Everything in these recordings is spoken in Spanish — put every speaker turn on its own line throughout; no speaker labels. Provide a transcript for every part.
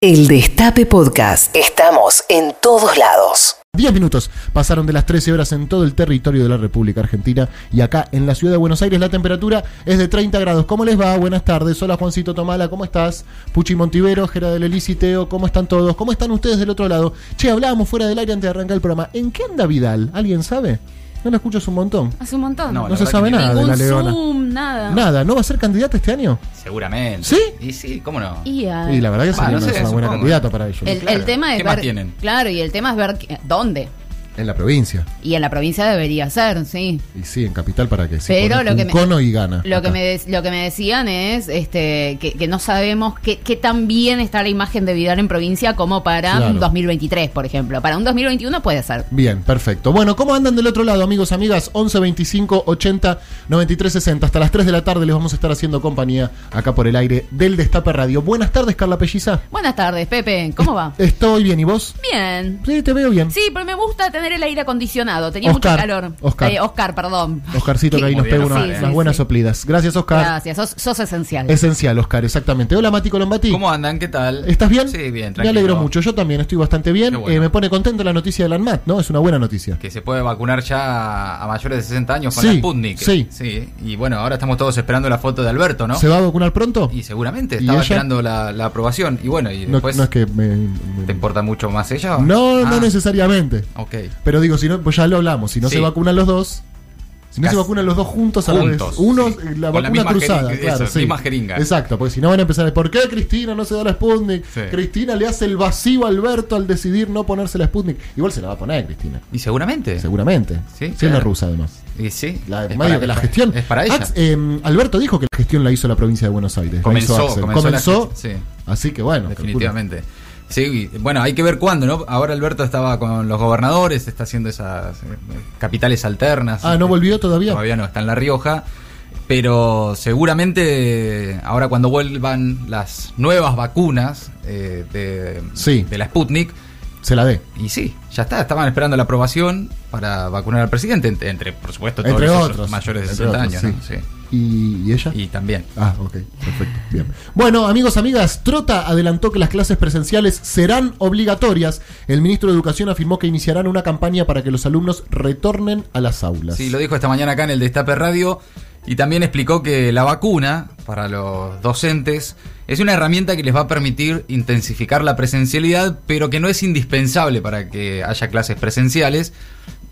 El Destape Podcast. Estamos en todos lados.
10 minutos pasaron de las 13 horas en todo el territorio de la República Argentina y acá en la ciudad de Buenos Aires la temperatura es de 30 grados. ¿Cómo les va? Buenas tardes. Hola Juancito Tomala, ¿cómo estás? Puchi Montivero, Gera del Eliciteo, ¿cómo están todos? ¿Cómo están ustedes del otro lado? Che, hablábamos fuera del aire antes de arrancar el programa. ¿En qué anda Vidal? ¿Alguien sabe? No lo escucho hace un montón.
Hace un montón.
No, se sabe nada de
Ningún
la leona.
Zoom, nada.
Nada, ¿no va a ser candidata este año?
Seguramente.
¿Sí?
Y sí, ¿cómo no?
Y, ah,
Y la verdad que
Ah,
sería
no
una-
sé,
es una buena
supongo.
candidata para ellos.
el,
claro.
el tema es
¿Qué
ver,
más tienen?
Claro, y el tema es ver que- dónde.
En la provincia.
Y en la provincia debería ser, sí.
Y sí, en capital para que se
Pero
pone
lo que
un
me-
cono y gana.
Lo que,
acá.
me de- lo que me decían es este que, que no sabemos qué, qué tan bien está la imagen de Vidal en provincia como para
Claro.
un 2023, por ejemplo. Para un 2021 puede ser.
Bien, perfecto. Bueno, ¿cómo andan del otro lado, amigos, amigas? 11 25 80 93 60. Hasta las 3 de la tarde les vamos a estar haciendo compañía acá por el aire del Destape Radio. Buenas tardes, Carla Pelliza.
Buenas tardes, Pepe. ¿Cómo va?
Estoy bien, ¿y vos?
Bien.
Sí, te veo bien.
Sí, pero me gusta tener el aire acondicionado. Tenía
Oscar,
mucho calor.
Oscar.
Eh, Oscar, perdón.
Oscarcito, que ahí
Muy
nos
bien,
pega una-
Oscar, eh.
unas buenas
sí.
soplidas. Gracias, Oscar.
Gracias, sos, sos esencial.
Esencial, Oscar, exactamente. Hola, Mati Colombati.
¿Cómo andan? ¿Qué tal?
¿Estás bien?
Sí, bien,
Me
tranquilo.
alegro mucho. Yo también estoy bastante bien.
Qué bueno.
Eh, me pone contento la noticia del ANMAT, ¿no? Es una buena noticia.
Que se puede vacunar ya a mayores de 60 años con
Sí,
la Sputnik.
sí.
Y bueno, ahora estamos todos esperando la foto de Alberto, ¿no?
¿Se va a vacunar pronto?
Y seguramente
¿Y
estaba
ella?
esperando la, la aprobación. Y bueno, y
No,
después.
no es que me- me-
¿Te importa mucho más ella? o-
No, no
Ah,
necesariamente.
Ok.
Pero digo, si no, pues ya lo hablamos, si no
Sí.
se vacunan los dos, si no
Casi-
se vacunan los dos juntos a
Juntos,
la vez, uno
sí.
eh, la
Con la
vacuna
misma
cruzada,
jeringa,
claro,
eso,
sí.
misma jeringa.
Exacto, porque si no van a empezar, ¿por qué Cristina no se da la Sputnik?
Sí.
Cristina le hace el vacío a Alberto al decidir no ponerse la Sputnik. Igual se la va a poner Cristina,
Y seguramente.
seguramente.
Sí,
Sí,
claro.
es la rusa además.
Y sí.
La,
es
medio
para-
que la gestión.
Es para ella.
Ax- eh, Alberto dijo que la gestión la hizo la provincia de Buenos Aires. la
Comenzó,
hizo Axel.
comenzó la
Comenzó,
gestión, sí.
Así que bueno, calculo.
Definitivamente. Sí, y, bueno, hay que ver cuándo, ¿no? Ahora Alberto estaba con los gobernadores, está haciendo esas eh, capitales alternas.
Ah, ¿no volvió todavía?
Todavía no, está en La Rioja. Pero seguramente ahora cuando vuelvan las nuevas vacunas eh, de,
Sí.
de la Sputnik,
Se la dé.
y sí, ya está, estaban esperando la aprobación para vacunar al presidente, ent- entre, por supuesto todos
Entre
los
otros.
mayores de
entre
60
otros,
años, ¿no?
sí.
Sí.
¿Y, ¿Y ella?
Y también.
Ah, ok, perfecto, bien. Bueno, amigos, amigas, Trota adelantó que las clases presenciales serán obligatorias. El ministro de Educación afirmó que iniciarán una campaña para que los alumnos retornen a las aulas.
Sí, lo dijo esta mañana acá en el Destape Radio y también explicó que la vacuna para los docentes es una herramienta que les va a permitir intensificar la presencialidad, pero que no es indispensable para que haya clases presenciales.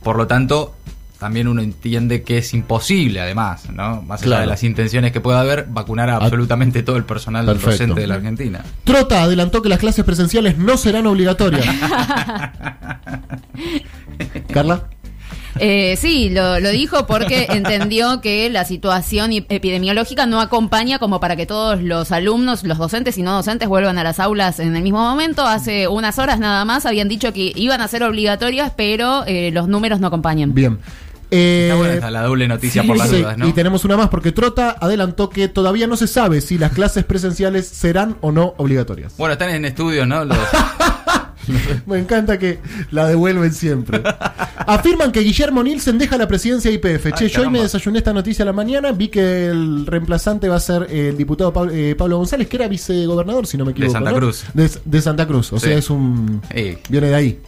Por lo tanto, también uno entiende que es imposible, además, ¿no? Más allá
Claro.
de las intenciones que pueda haber, vacunar a
Ah,
absolutamente todo el personal
perfecto.
docente de la Argentina.
Trota adelantó que las clases presenciales no serán obligatorias. Carla.
Eh, sí, lo, lo dijo porque entendió que la situación i- epidemiológica no acompaña como para que todos los alumnos, los docentes y no docentes vuelvan a las aulas en el mismo momento. Hace unas horas nada más habían dicho que iban a ser obligatorias, pero eh, los números no acompañan.
Bien. Eh,
Está buena esta, la doble noticia por las
sí,
dudas, ¿no?
Y tenemos una más porque Trota adelantó que todavía no se sabe si las clases presenciales serán o no obligatorias.
Bueno, están en estudios, ¿no? Los-
Me encanta que la devuelven siempre. Afirman que Guillermo Nielsen deja la presidencia de IPF. Che,
Ay,
yo hoy me
caramba.
desayuné esta noticia a la mañana. Vi que el reemplazante va a ser el diputado Pablo, eh, Pablo González, que era vicegobernador, si no me equivoco.
Santa
¿no?
Cruz.
De, de Santa Cruz. O
Sí.
sea, es un.
Eh,
Viene de ahí.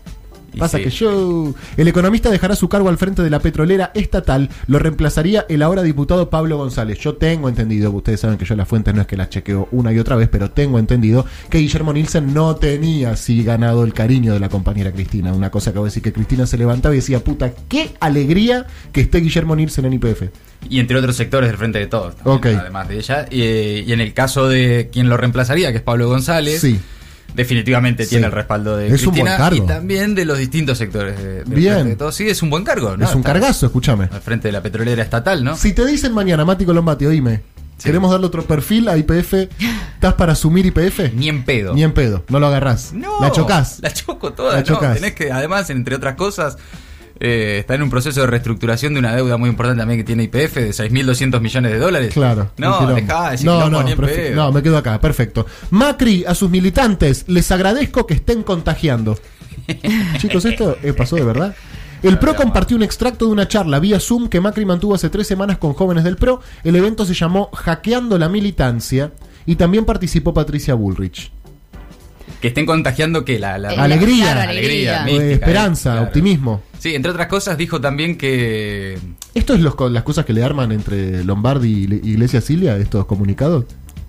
y
Pasa
sí.
que yo. El economista dejará su cargo al frente de la petrolera estatal. Lo reemplazaría el ahora diputado Pablo González. Yo tengo entendido, ustedes saben que yo las fuentes no es que las chequeo una y otra vez, pero tengo entendido que Guillermo Nielsen no tenía así ganado el cariño de la compañera Cristina. Una cosa que voy a decir que Cristina se levantaba y decía, puta, qué alegría que esté Guillermo Nielsen en IPF.
Y entre otros sectores del Frente de Todos, también,
Ok.
además de ella. Y, eh, y en el caso de quien lo reemplazaría, que es Pablo González,
Sí.
definitivamente
Sí.
tiene el respaldo de
Es un
Cristina
buen cargo.
y también de los distintos sectores de- del
Bien.
Frente de Todos. Sí, es un buen cargo, ¿no?
es un
Está
cargazo, escúchame.
Al frente de la petrolera estatal, ¿no?
Si te dicen mañana, Mati Colombati, oíme,
Sí.
queremos darle otro perfil a IPF, ¿estás para asumir IPF?
Ni en pedo.
Ni en pedo, no lo agarrás.
No,
la chocás.
La choco toda,
La
no.
chocás.
Tenés que, además, entre otras cosas, eh, está en un proceso de reestructuración de una deuda muy importante también que tiene IPF de 6.200 millones de dólares.
Claro. un
No,
quilombo.
dejá, ese
no,
quilombo
no,
ni en
prefi-
pedo.
no, me quedo acá, perfecto. Macri, a sus militantes, les agradezco que estén contagiando. Chicos, esto eh, pasó de verdad. El PRO compartió un extracto de una charla vía Zoom que Macri mantuvo hace tres semanas con jóvenes del PRO. El evento se llamó Hackeando la Militancia y también participó Patricia Bullrich.
que estén contagiando que la, la-
Eh,
Alegría.
claro,
Alegría,
alegría.
mística,
Eh, esperanza,
eh, claro.
optimismo.
Sí, entre otras cosas dijo también que
¿Esto es los, co- las cosas que le arman entre Lombardi y Le- Iglesia Cilia, estos comunicados?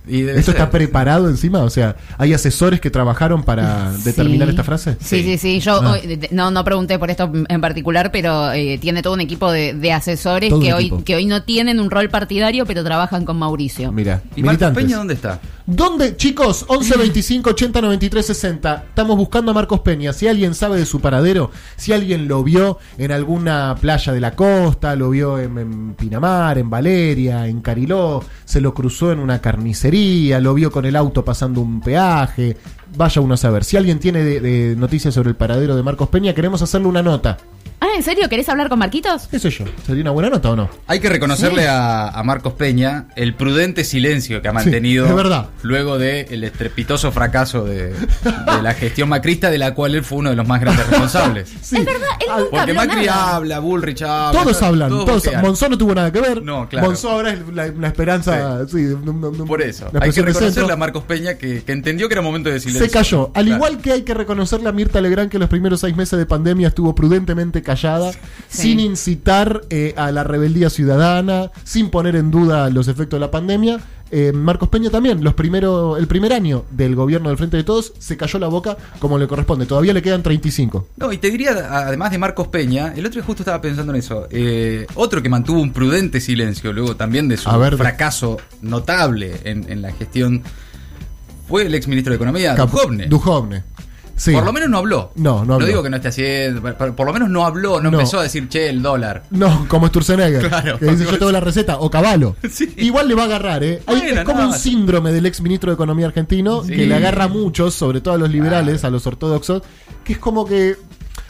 y debe
¿Esto
ser.
está preparado encima? O sea, ¿hay asesores que trabajaron para
Sí.
determinar esta frase? Ah.
Sí, sí, sí. Yo hoy, de- de- no, no pregunté por esto en particular, pero eh, tiene todo un equipo de, de asesores
Todo un
que hoy,
equipo.
que hoy no tienen un rol partidario, pero trabajan con Mauricio.
Mira,
¿Y Marcos
militantes.
Peña dónde está?
¿Dónde, chicos? 11 25 80 93 60. Estamos buscando a Marcos Peña. Si alguien sabe de su paradero, si alguien lo vio en alguna playa de la costa, lo vio en, en Pinamar, en Valeria, en Cariló, se lo cruzó en una carnicería, lo vio con el auto pasando un peaje. Vaya uno a saber. Si alguien tiene de- de noticias sobre el paradero de Marcos Peña, queremos hacerle una nota.
Ah, ¿en serio? ¿Querés hablar con Marquitos?
¿Qué sé yo? ¿Sería una buena nota o no?
Hay que reconocerle a, a Marcos Peña el prudente silencio que ha
Sí,
mantenido
es verdad.
luego del estrepitoso fracaso de, de la gestión macrista, de la cual él fue uno de los más grandes responsables.
Sí.
Es verdad, él
Ah,
nunca
Porque
habló
Macri
nada.
habla, Bullrich habla.
Todos hablan, todos,
botean.
Monzó no tuvo nada que ver.
No, claro.
Monzó ahora es la, la esperanza. sí, de un- de un-
Por eso,
la
hay que
expresión de
reconocerle
centro.
a Marcos Peña que, que entendió que era momento de silencio.
Se cayó. Al
Claro.
igual que hay que reconocerle a Mirta Legrand que los primeros seis meses de pandemia estuvo prudentemente callada, sin incitar eh, a la rebeldía ciudadana, sin poner en duda los efectos de la pandemia. Eh, Marcos Peña también, los primero, el primer año del gobierno del Frente de Todos, se cayó la boca como le corresponde. Todavía le quedan 35.
No, y te diría, además de Marcos Peña, el otro día justo estaba pensando en eso. eh, otro que mantuvo un prudente silencio luego también de su
A ver.
fracaso notable en, en la gestión fue el exministro de Economía,
Cap-
Duhovne.
Duhovne. Sí.
Por lo menos no habló.
No, no habló.
digo que no esté haciendo, pero- pero por lo menos no habló, no,
No.
empezó a decir, che, el dólar.
No, como Sturzenegger.
Claro.
que dice, yo tengo la receta, o Caballo.
Sí.
Igual le va a agarrar, ¿eh? Hay-
Bueno,
es como
no.
un síndrome del ex ministro de Economía argentino,
Sí.
que le agarra a muchos, sobre todo a los liberales, a los ortodoxos, que es como que.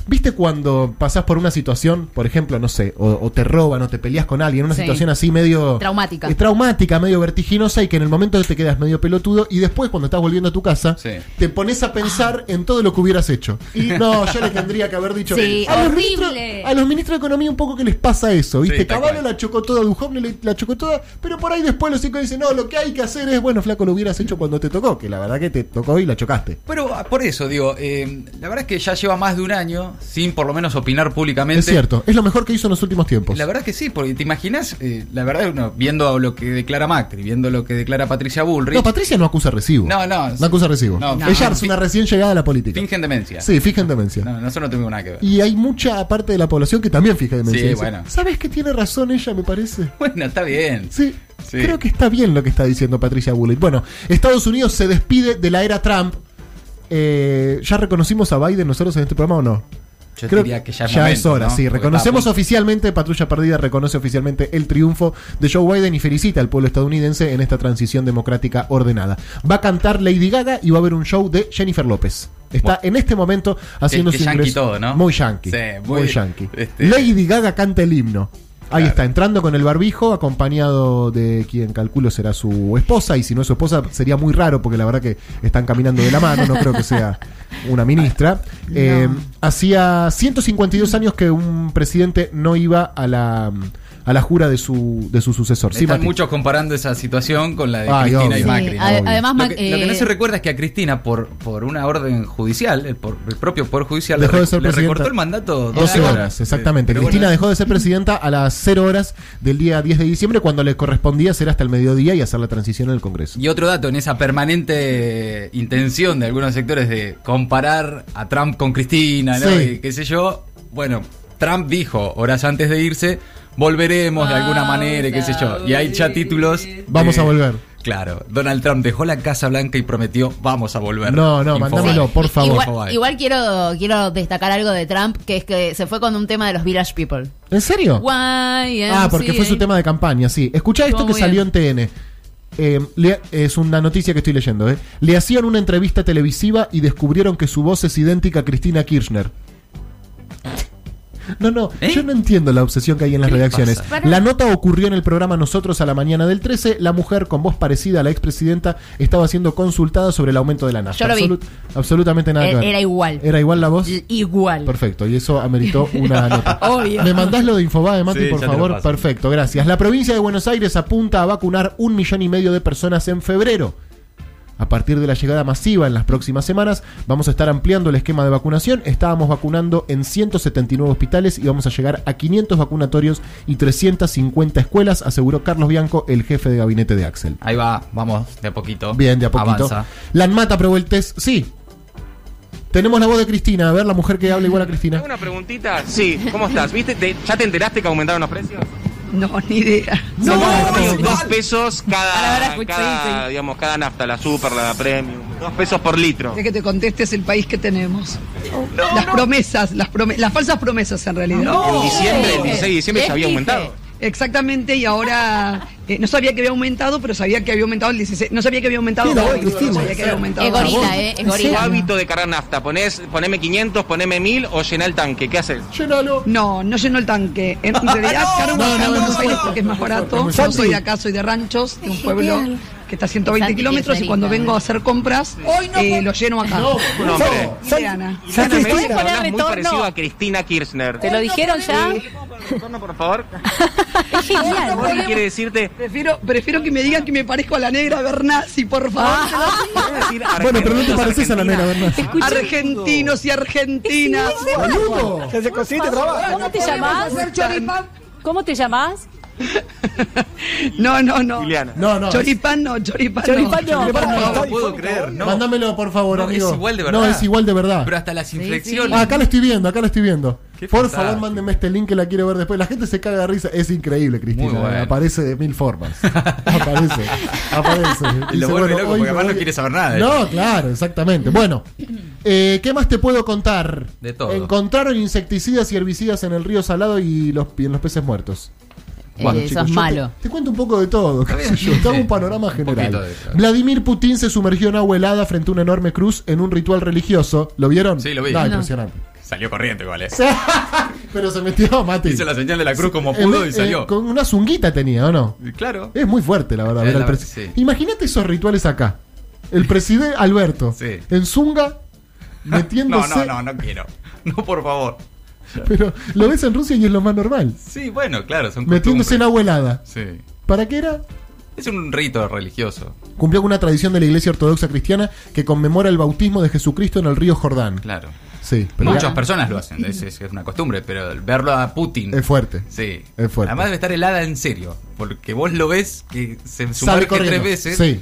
¿Viste cuando pasás por una situación, por ejemplo, no sé, o, o te roban o te peleas con alguien, una
Sí.
situación así medio...
Traumática.
eh, traumática, medio vertiginosa y que en el momento te quedas medio pelotudo y después cuando estás volviendo a tu casa,
Sí.
te pones a pensar en todo lo que hubieras hecho. Y no, yo le tendría que haber dicho...
Sí,
a los
horrible.
ministros- a los ministros de Economía un poco que les pasa eso, ¿viste?
Sí, tal
Caballo
cual.
la chocó toda, Duhovne le- la chocó toda, pero por ahí después los cinco dicen, no, lo que hay que hacer es, bueno, flaco, lo hubieras hecho cuando te tocó, que la verdad que te tocó y la chocaste.
Pero ah, por eso, digo, eh, la verdad es que ya lleva más de un año sin por lo menos opinar públicamente. Eh,
Es cierto, pues. es lo mejor que hizo en los últimos tiempos.
La verdad que sí, porque te imaginas, eh, la verdad, uno, viendo lo que declara Macri, viendo lo que declara Patricia Bullrich,
No, Patricia no acusa recibo.
No, no.
No acusa recibo.
No,
Ella
no.
es una recién llegada a la política.
fingen demencia.
Sí, fija en demencia.
No, nosotros no tenemos nada que ver.
Y hay mucha parte de la población que también fija en demencia.
Sí,
Dice,
bueno.
¿Sabes que tiene razón ella, me parece?
Bueno, está bien.
Sí,
Sí.
creo que está bien lo que está diciendo Patricia Bullrich. Bueno, Estados Unidos se despide de la era Trump. Eh, ¿Ya reconocimos a Biden nosotros en este programa o no?
Yo
Creo
diría que ya es,
es hora, sí. Reconocemos oficialmente, Patrulla Perdida reconoce oficialmente el triunfo de Joe Biden y felicita al pueblo estadounidense en esta transición democrática ordenada. Va a cantar Lady Gaga y va a haber un show de Jennifer López. Está en este momento haciendo
que
su
yankee
ingreso.
todo, ¿no?
Muy yankee.
Sí,
muy,
muy-
yankee.
este-
Lady Gaga canta el himno. Ahí
Claro.
está, entrando con el barbijo, acompañado de quien calculo será su esposa, y si no es su esposa sería muy raro, porque la verdad que están caminando de la mano, no creo que sea una ministra. Eh, Hacía 152 años que un presidente no iba a la, a la jura de su, de su sucesor. Sí,
Están
Mati.
muchos comparando esa situación con la de
Ay,
Cristina
obvio.
y
Sí,
Macri. ¿no?
ade-
obvio.
además,
Lo
Mac-
que, lo que no
eh,
se recuerda es que a Cristina, por, por una orden judicial, el, por- el propio Poder Judicial,
Dejó
le,
de
recu-
ser
le
presidenta.
recortó el mandato
12 horas, exactamente. Cristina
dejó
dejó de ser presidenta a las 0 horas del día 10 de diciembre, cuando le correspondía ser hasta el mediodía y hacer la transición en el Congreso.
Y otro dato, en esa permanente intención de algunos sectores de comparar a Trump con Cristina, ¿no?
Sí.
Y qué sé yo, bueno, Trump dijo horas antes de irse, volveremos de alguna
Ah,
manera, y qué sé yo. Y hay ya títulos.
Vamos
de-
a volver.
Claro, Donald Trump dejó la Casa Blanca y prometió, vamos a volver.
No, no,
Infobae.
mandámelo, por favor.
Infobae.
Igual, igual quiero, quiero destacar algo de Trump, que es que se fue con un tema de los Village People.
¿En serio?
YMCA.
Ah, porque fue su tema de campaña, sí. Escuchá esto
Estuvo
que
muy
salió en TN. Eh, le- es una noticia que estoy leyendo. eh. Le hacían una entrevista televisiva y descubrieron que su voz es idéntica a Cristina Kirchner. No, no,
¿Eh?
yo no entiendo la obsesión que hay en las
¿Qué les
redacciones.
pasa?
Pará.
La nota ocurrió en el programa Nosotros a la mañana del 13. La mujer con voz parecida a la expresidenta estaba siendo consultada sobre el aumento de la nafta.
Yo lo vi. E-,
Absolutamente nada que
Era-
ver.
era igual.
Era igual la voz.
I- Igual.
Perfecto, y eso ameritó una nota.
Obvio.
¿Me mandás lo de Infobae, Mati,
Sí,
por
ya te lo
favor?
paso.
Perfecto, gracias. La provincia de Buenos Aires apunta a vacunar un millón y medio de personas en febrero. A partir de la llegada masiva en las próximas semanas, vamos a estar ampliando el esquema de vacunación. Estábamos vacunando en 179 hospitales y vamos a llegar a 500 vacunatorios y 350 escuelas, aseguró Carlos Bianco, el jefe de gabinete de Axel.
Ahí va, vamos, de a poquito.
Bien, de a poquito.
Avanza.
Lanmata aprobó el test. Sí. Tenemos la voz de Cristina. A ver, la mujer que habla igual a Cristina.
¿Tengo una preguntita? Sí, ¿cómo estás? ¿Viste? Te- ¿Ya te enteraste que aumentaron los precios?
No, ni idea.
No,
Dos- dos pesos
Ahora, ahora
cada,
escuché,
cada,
sí.
digamos, cada nafta, la super, la premium. Dos pesos por litro.
Ya que te contestes el país que tenemos. las promesas, las, prome- las falsas promesas en realidad.
En diciembre, el 16 de diciembre
Les
ya había
dije.
aumentado.
Exactamente, y ahora eh, no sabía que había aumentado, pero sabía que había aumentado el 16. No sabía que había aumentado.
Sí, la
hoy,
voy, Cristina.
no sabía que había aumentado.
Es gorila, eh, es
Tu
gorila.
hábito de cargar nafta, ponés, poneme 500, poneme 1000 o llená el tanque, ¿qué haces?
Llénalo.
No, no llenó el tanque. En realidad, cargo
No,
acá
no,
en
no,
Buenos
no,
Aires
no,
porque es más
por
barato.
favor,
No
Santi.
soy de acá, soy de Ranchos, de un pueblo que está a 120
Santi
kilómetros y
Kirchnerista,
cuando vengo a hacer compras, eh, lo lleno acá.
Un hombre.
Ileana.
Santi
Me
Cristina.
hablas
poner
muy
retorno?
parecido a Cristina Kirchner.
¿Te lo dijeron ya?
Retorno, por favor.
Es genial.
Vos lo que quiere decirte?
Prefiero, prefiero que me digan que me parezco a la negra Bernasi, por
Ah,
favor.
¿Querés decir
Bueno, pero no te
argentinos,
pareces a la nena,
argentinas?
¿verdad?
Argentinos y argentinas.
¡Boludo!
Que se consigue trabajo.
¿Cómo te llamás? ¿Cómo te llamás?
No, no, no.
Juliana.
No, no.
Choripán no, choripán no.
Choripán no.
No lo
Choripán
puedo creer, no.
Mándamelo, por favor,
No, es
amigo.
igual de verdad.
No, es igual de verdad.
Pero hasta las inflexiones.
Ah, acá lo estoy viendo, acá lo estoy viendo.
Qué
Por
fantástico.
favor, mándenme este link que la quiero ver después. La gente se caga de risa. Es increíble, Cristina.
Muy bueno.
Aparece de mil formas. aparece. aparece.
Y lo vuelve loco,
hoy
porque
me
además no
voy-
quiere saber nada de
No, claro, exactamente. Bueno, eh, ¿qué más te puedo contar?
De todo.
Encontraron insecticidas y herbicidas en el río Salado y, los, y en los peces muertos.
Bueno,
chicos,
Eh, sos
yo
malo.
Te, te cuento un poco de todo. qué sé yo, te hago un panorama
Un
general.
poquito de todo.
Vladimir Putin se sumergió en agua helada frente a una enorme cruz en un ritual religioso. ¿Lo vieron?
Sí, lo vi.
No,
No.
impresionante.
Salió corriente igual, eh.
Pero se metió, Mati.
Hizo la señal de la cruz como
En
pudo
vez-
y salió.
eh, con una zunguita tenía, ¿o no?
Y Claro.
Es muy fuerte, la verdad.
Eh,
ver al
la
presi-
verdad, sí.
Imagínate esos rituales acá. El presidente Alberto
Sí.
en zunga metiéndose.
No, no, no, no quiero. No, por favor.
Pero lo ves en Rusia y es lo más normal.
Sí, bueno, claro, son
Metiéndose en
costumbres.
agua helada.
Sí.
¿Para qué era?
Es un rito religioso.
Cumplió con una tradición de la Iglesia Ortodoxa Cristiana que conmemora el bautismo de Jesucristo en el río Jordán.
Claro.
Sí, pero
Muchas
era-
personas lo hacen, es, es- es una costumbre, pero verlo a Putin.
es fuerte.
Sí.
Es fuerte.
Además debe estar helada en serio, porque vos lo ves que se
Sale
sumerge este tres
corriendo.
veces
Sí.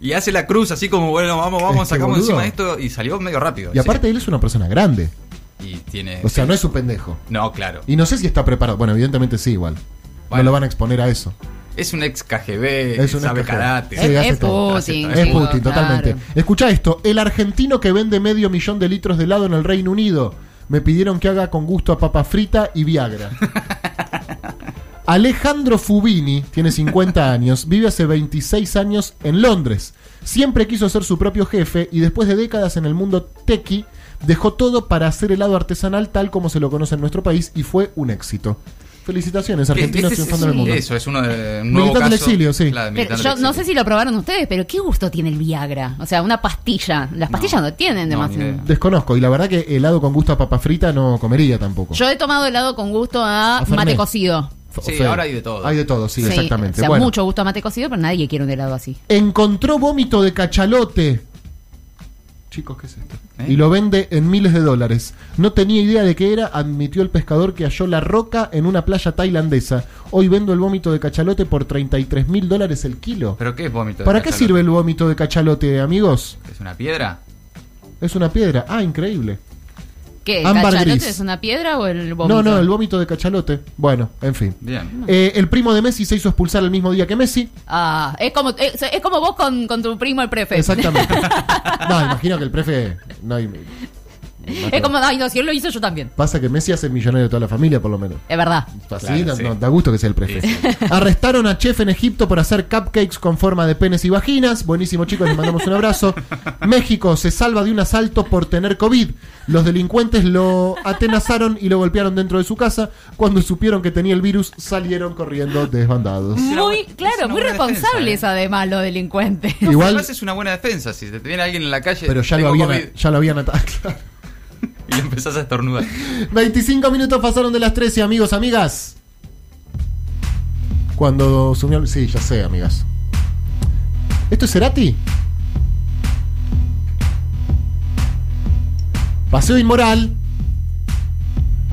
y hace la cruz así como, bueno, vamos, vamos,
Es que,
sacamos
boludo.
encima esto y salió medio rápido.
Y aparte él es una persona grande.
Sí. Y tiene...
O sea, no es un pendejo.
No, claro.
Y no sé si está preparado. Bueno, evidentemente sí, igual. No
Bueno.
lo van a exponer a eso.
Es un ex KGB,
Es un
sabe
ex KGB.
karate.
Sí, hace
es
todo.
Putin.
Hace
Es
chicos,
Putin,
claro.
totalmente. Escucha esto: el argentino que vende medio millón de litros de helado en el Reino Unido. Me pidieron que haga con gusto a papa frita y Viagra. Alejandro Fubini tiene 50 años, vive hace 26 años en Londres. Siempre quiso ser su propio jefe y después de décadas en el mundo tequi, dejó todo para hacer helado artesanal tal como se lo conoce en nuestro país y fue un éxito. Felicitaciones, argentinos
Ese-
triunfando en el
sí,
mundo.
Eso, es uno de, un nuevo
Militante del
caso.
exilio, sí.
Claro,
Pero
militante
yo
del
no sé
exilio.
si lo probaron ustedes, pero ¿qué gusto tiene el Viagra? O sea, una pastilla. Las pastillas no, tienen
no,
demasiado.
ni idea.
Desconozco, y la verdad que helado con gusto a papa frita no comería tampoco.
Yo he tomado helado con gusto a,
A Fernet.
mate cocido.
F-
Sí,
feo.
ahora hay de todo.
Hay de todo, sí, exactamente.
O sea,
Bueno,
mucho gusto a mate cocido, pero nadie quiere un helado así.
Encontró vómito de cachalote. Chicos, ¿qué es esto?
¿Eh?
Y lo vende en miles de dólares. No tenía idea de qué era, admitió el pescador que halló la roca en una playa tailandesa. Hoy vendo el vómito de cachalote por 33 mil dólares el kilo.
¿Pero qué es vómito? de
¿Para qué
cachalote?
sirve el vómito de cachalote, amigos?
¿Es una piedra?
Es una piedra. Ah, increíble.
¿Qué? ¿El
Ámbar
cachalote
gris.
es una piedra o el vómito?
No, no, el vómito de cachalote. Bueno, en fin.
Bien.
Eh, el primo de Messi se hizo expulsar el mismo día que Messi.
Ah, es como, es, es como vos con, con tu primo el prefe.
Exactamente. no, imagino que el prefe. No, y-
es como, ay, no, si él lo hizo, yo también.
Pasa que Messi hace millonario de toda la familia, por lo menos.
Es verdad.
Así,
Claro,
no-
sí.
no, da gusto que sea el prefe. Arrestaron a chef en Egipto por hacer cupcakes con forma de penes y vaginas. Buenísimo, chicos, les mandamos un abrazo. México se salva de un asalto por tener COVID. Los delincuentes lo atenazaron y lo golpearon dentro de su casa. Cuando supieron que tenía el virus, salieron corriendo desbandados.
Muy,
buena- es
claro,
una
muy
buena defensa,
responsables
eh.
además los delincuentes.
No,
Igual-
Además es una buena defensa. Si te viene alguien en la calle.
Pero ya lo
tengo
habían,
COVID,
ya lo habían atacado.
Y le empezás a estornudar.
25 minutos pasaron de las 13, amigos, amigas. Cuando sumió el... Sí, ya sé, amigas. ¿Esto es Cerati? Paseo Inmoral.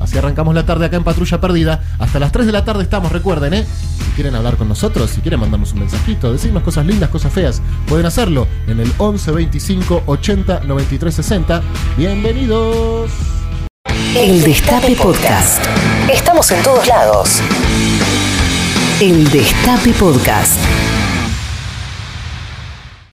Así arrancamos la tarde acá en Patrulla Perdida. Hasta las 3 de la tarde estamos, recuerden, ¿eh? Si quieren hablar con nosotros, si quieren mandarnos un mensajito, decirnos cosas lindas, cosas feas, pueden hacerlo en el 11 25 80 93 60. Bienvenidos.
El Destape Podcast. Estamos en todos lados. El Destape Podcast.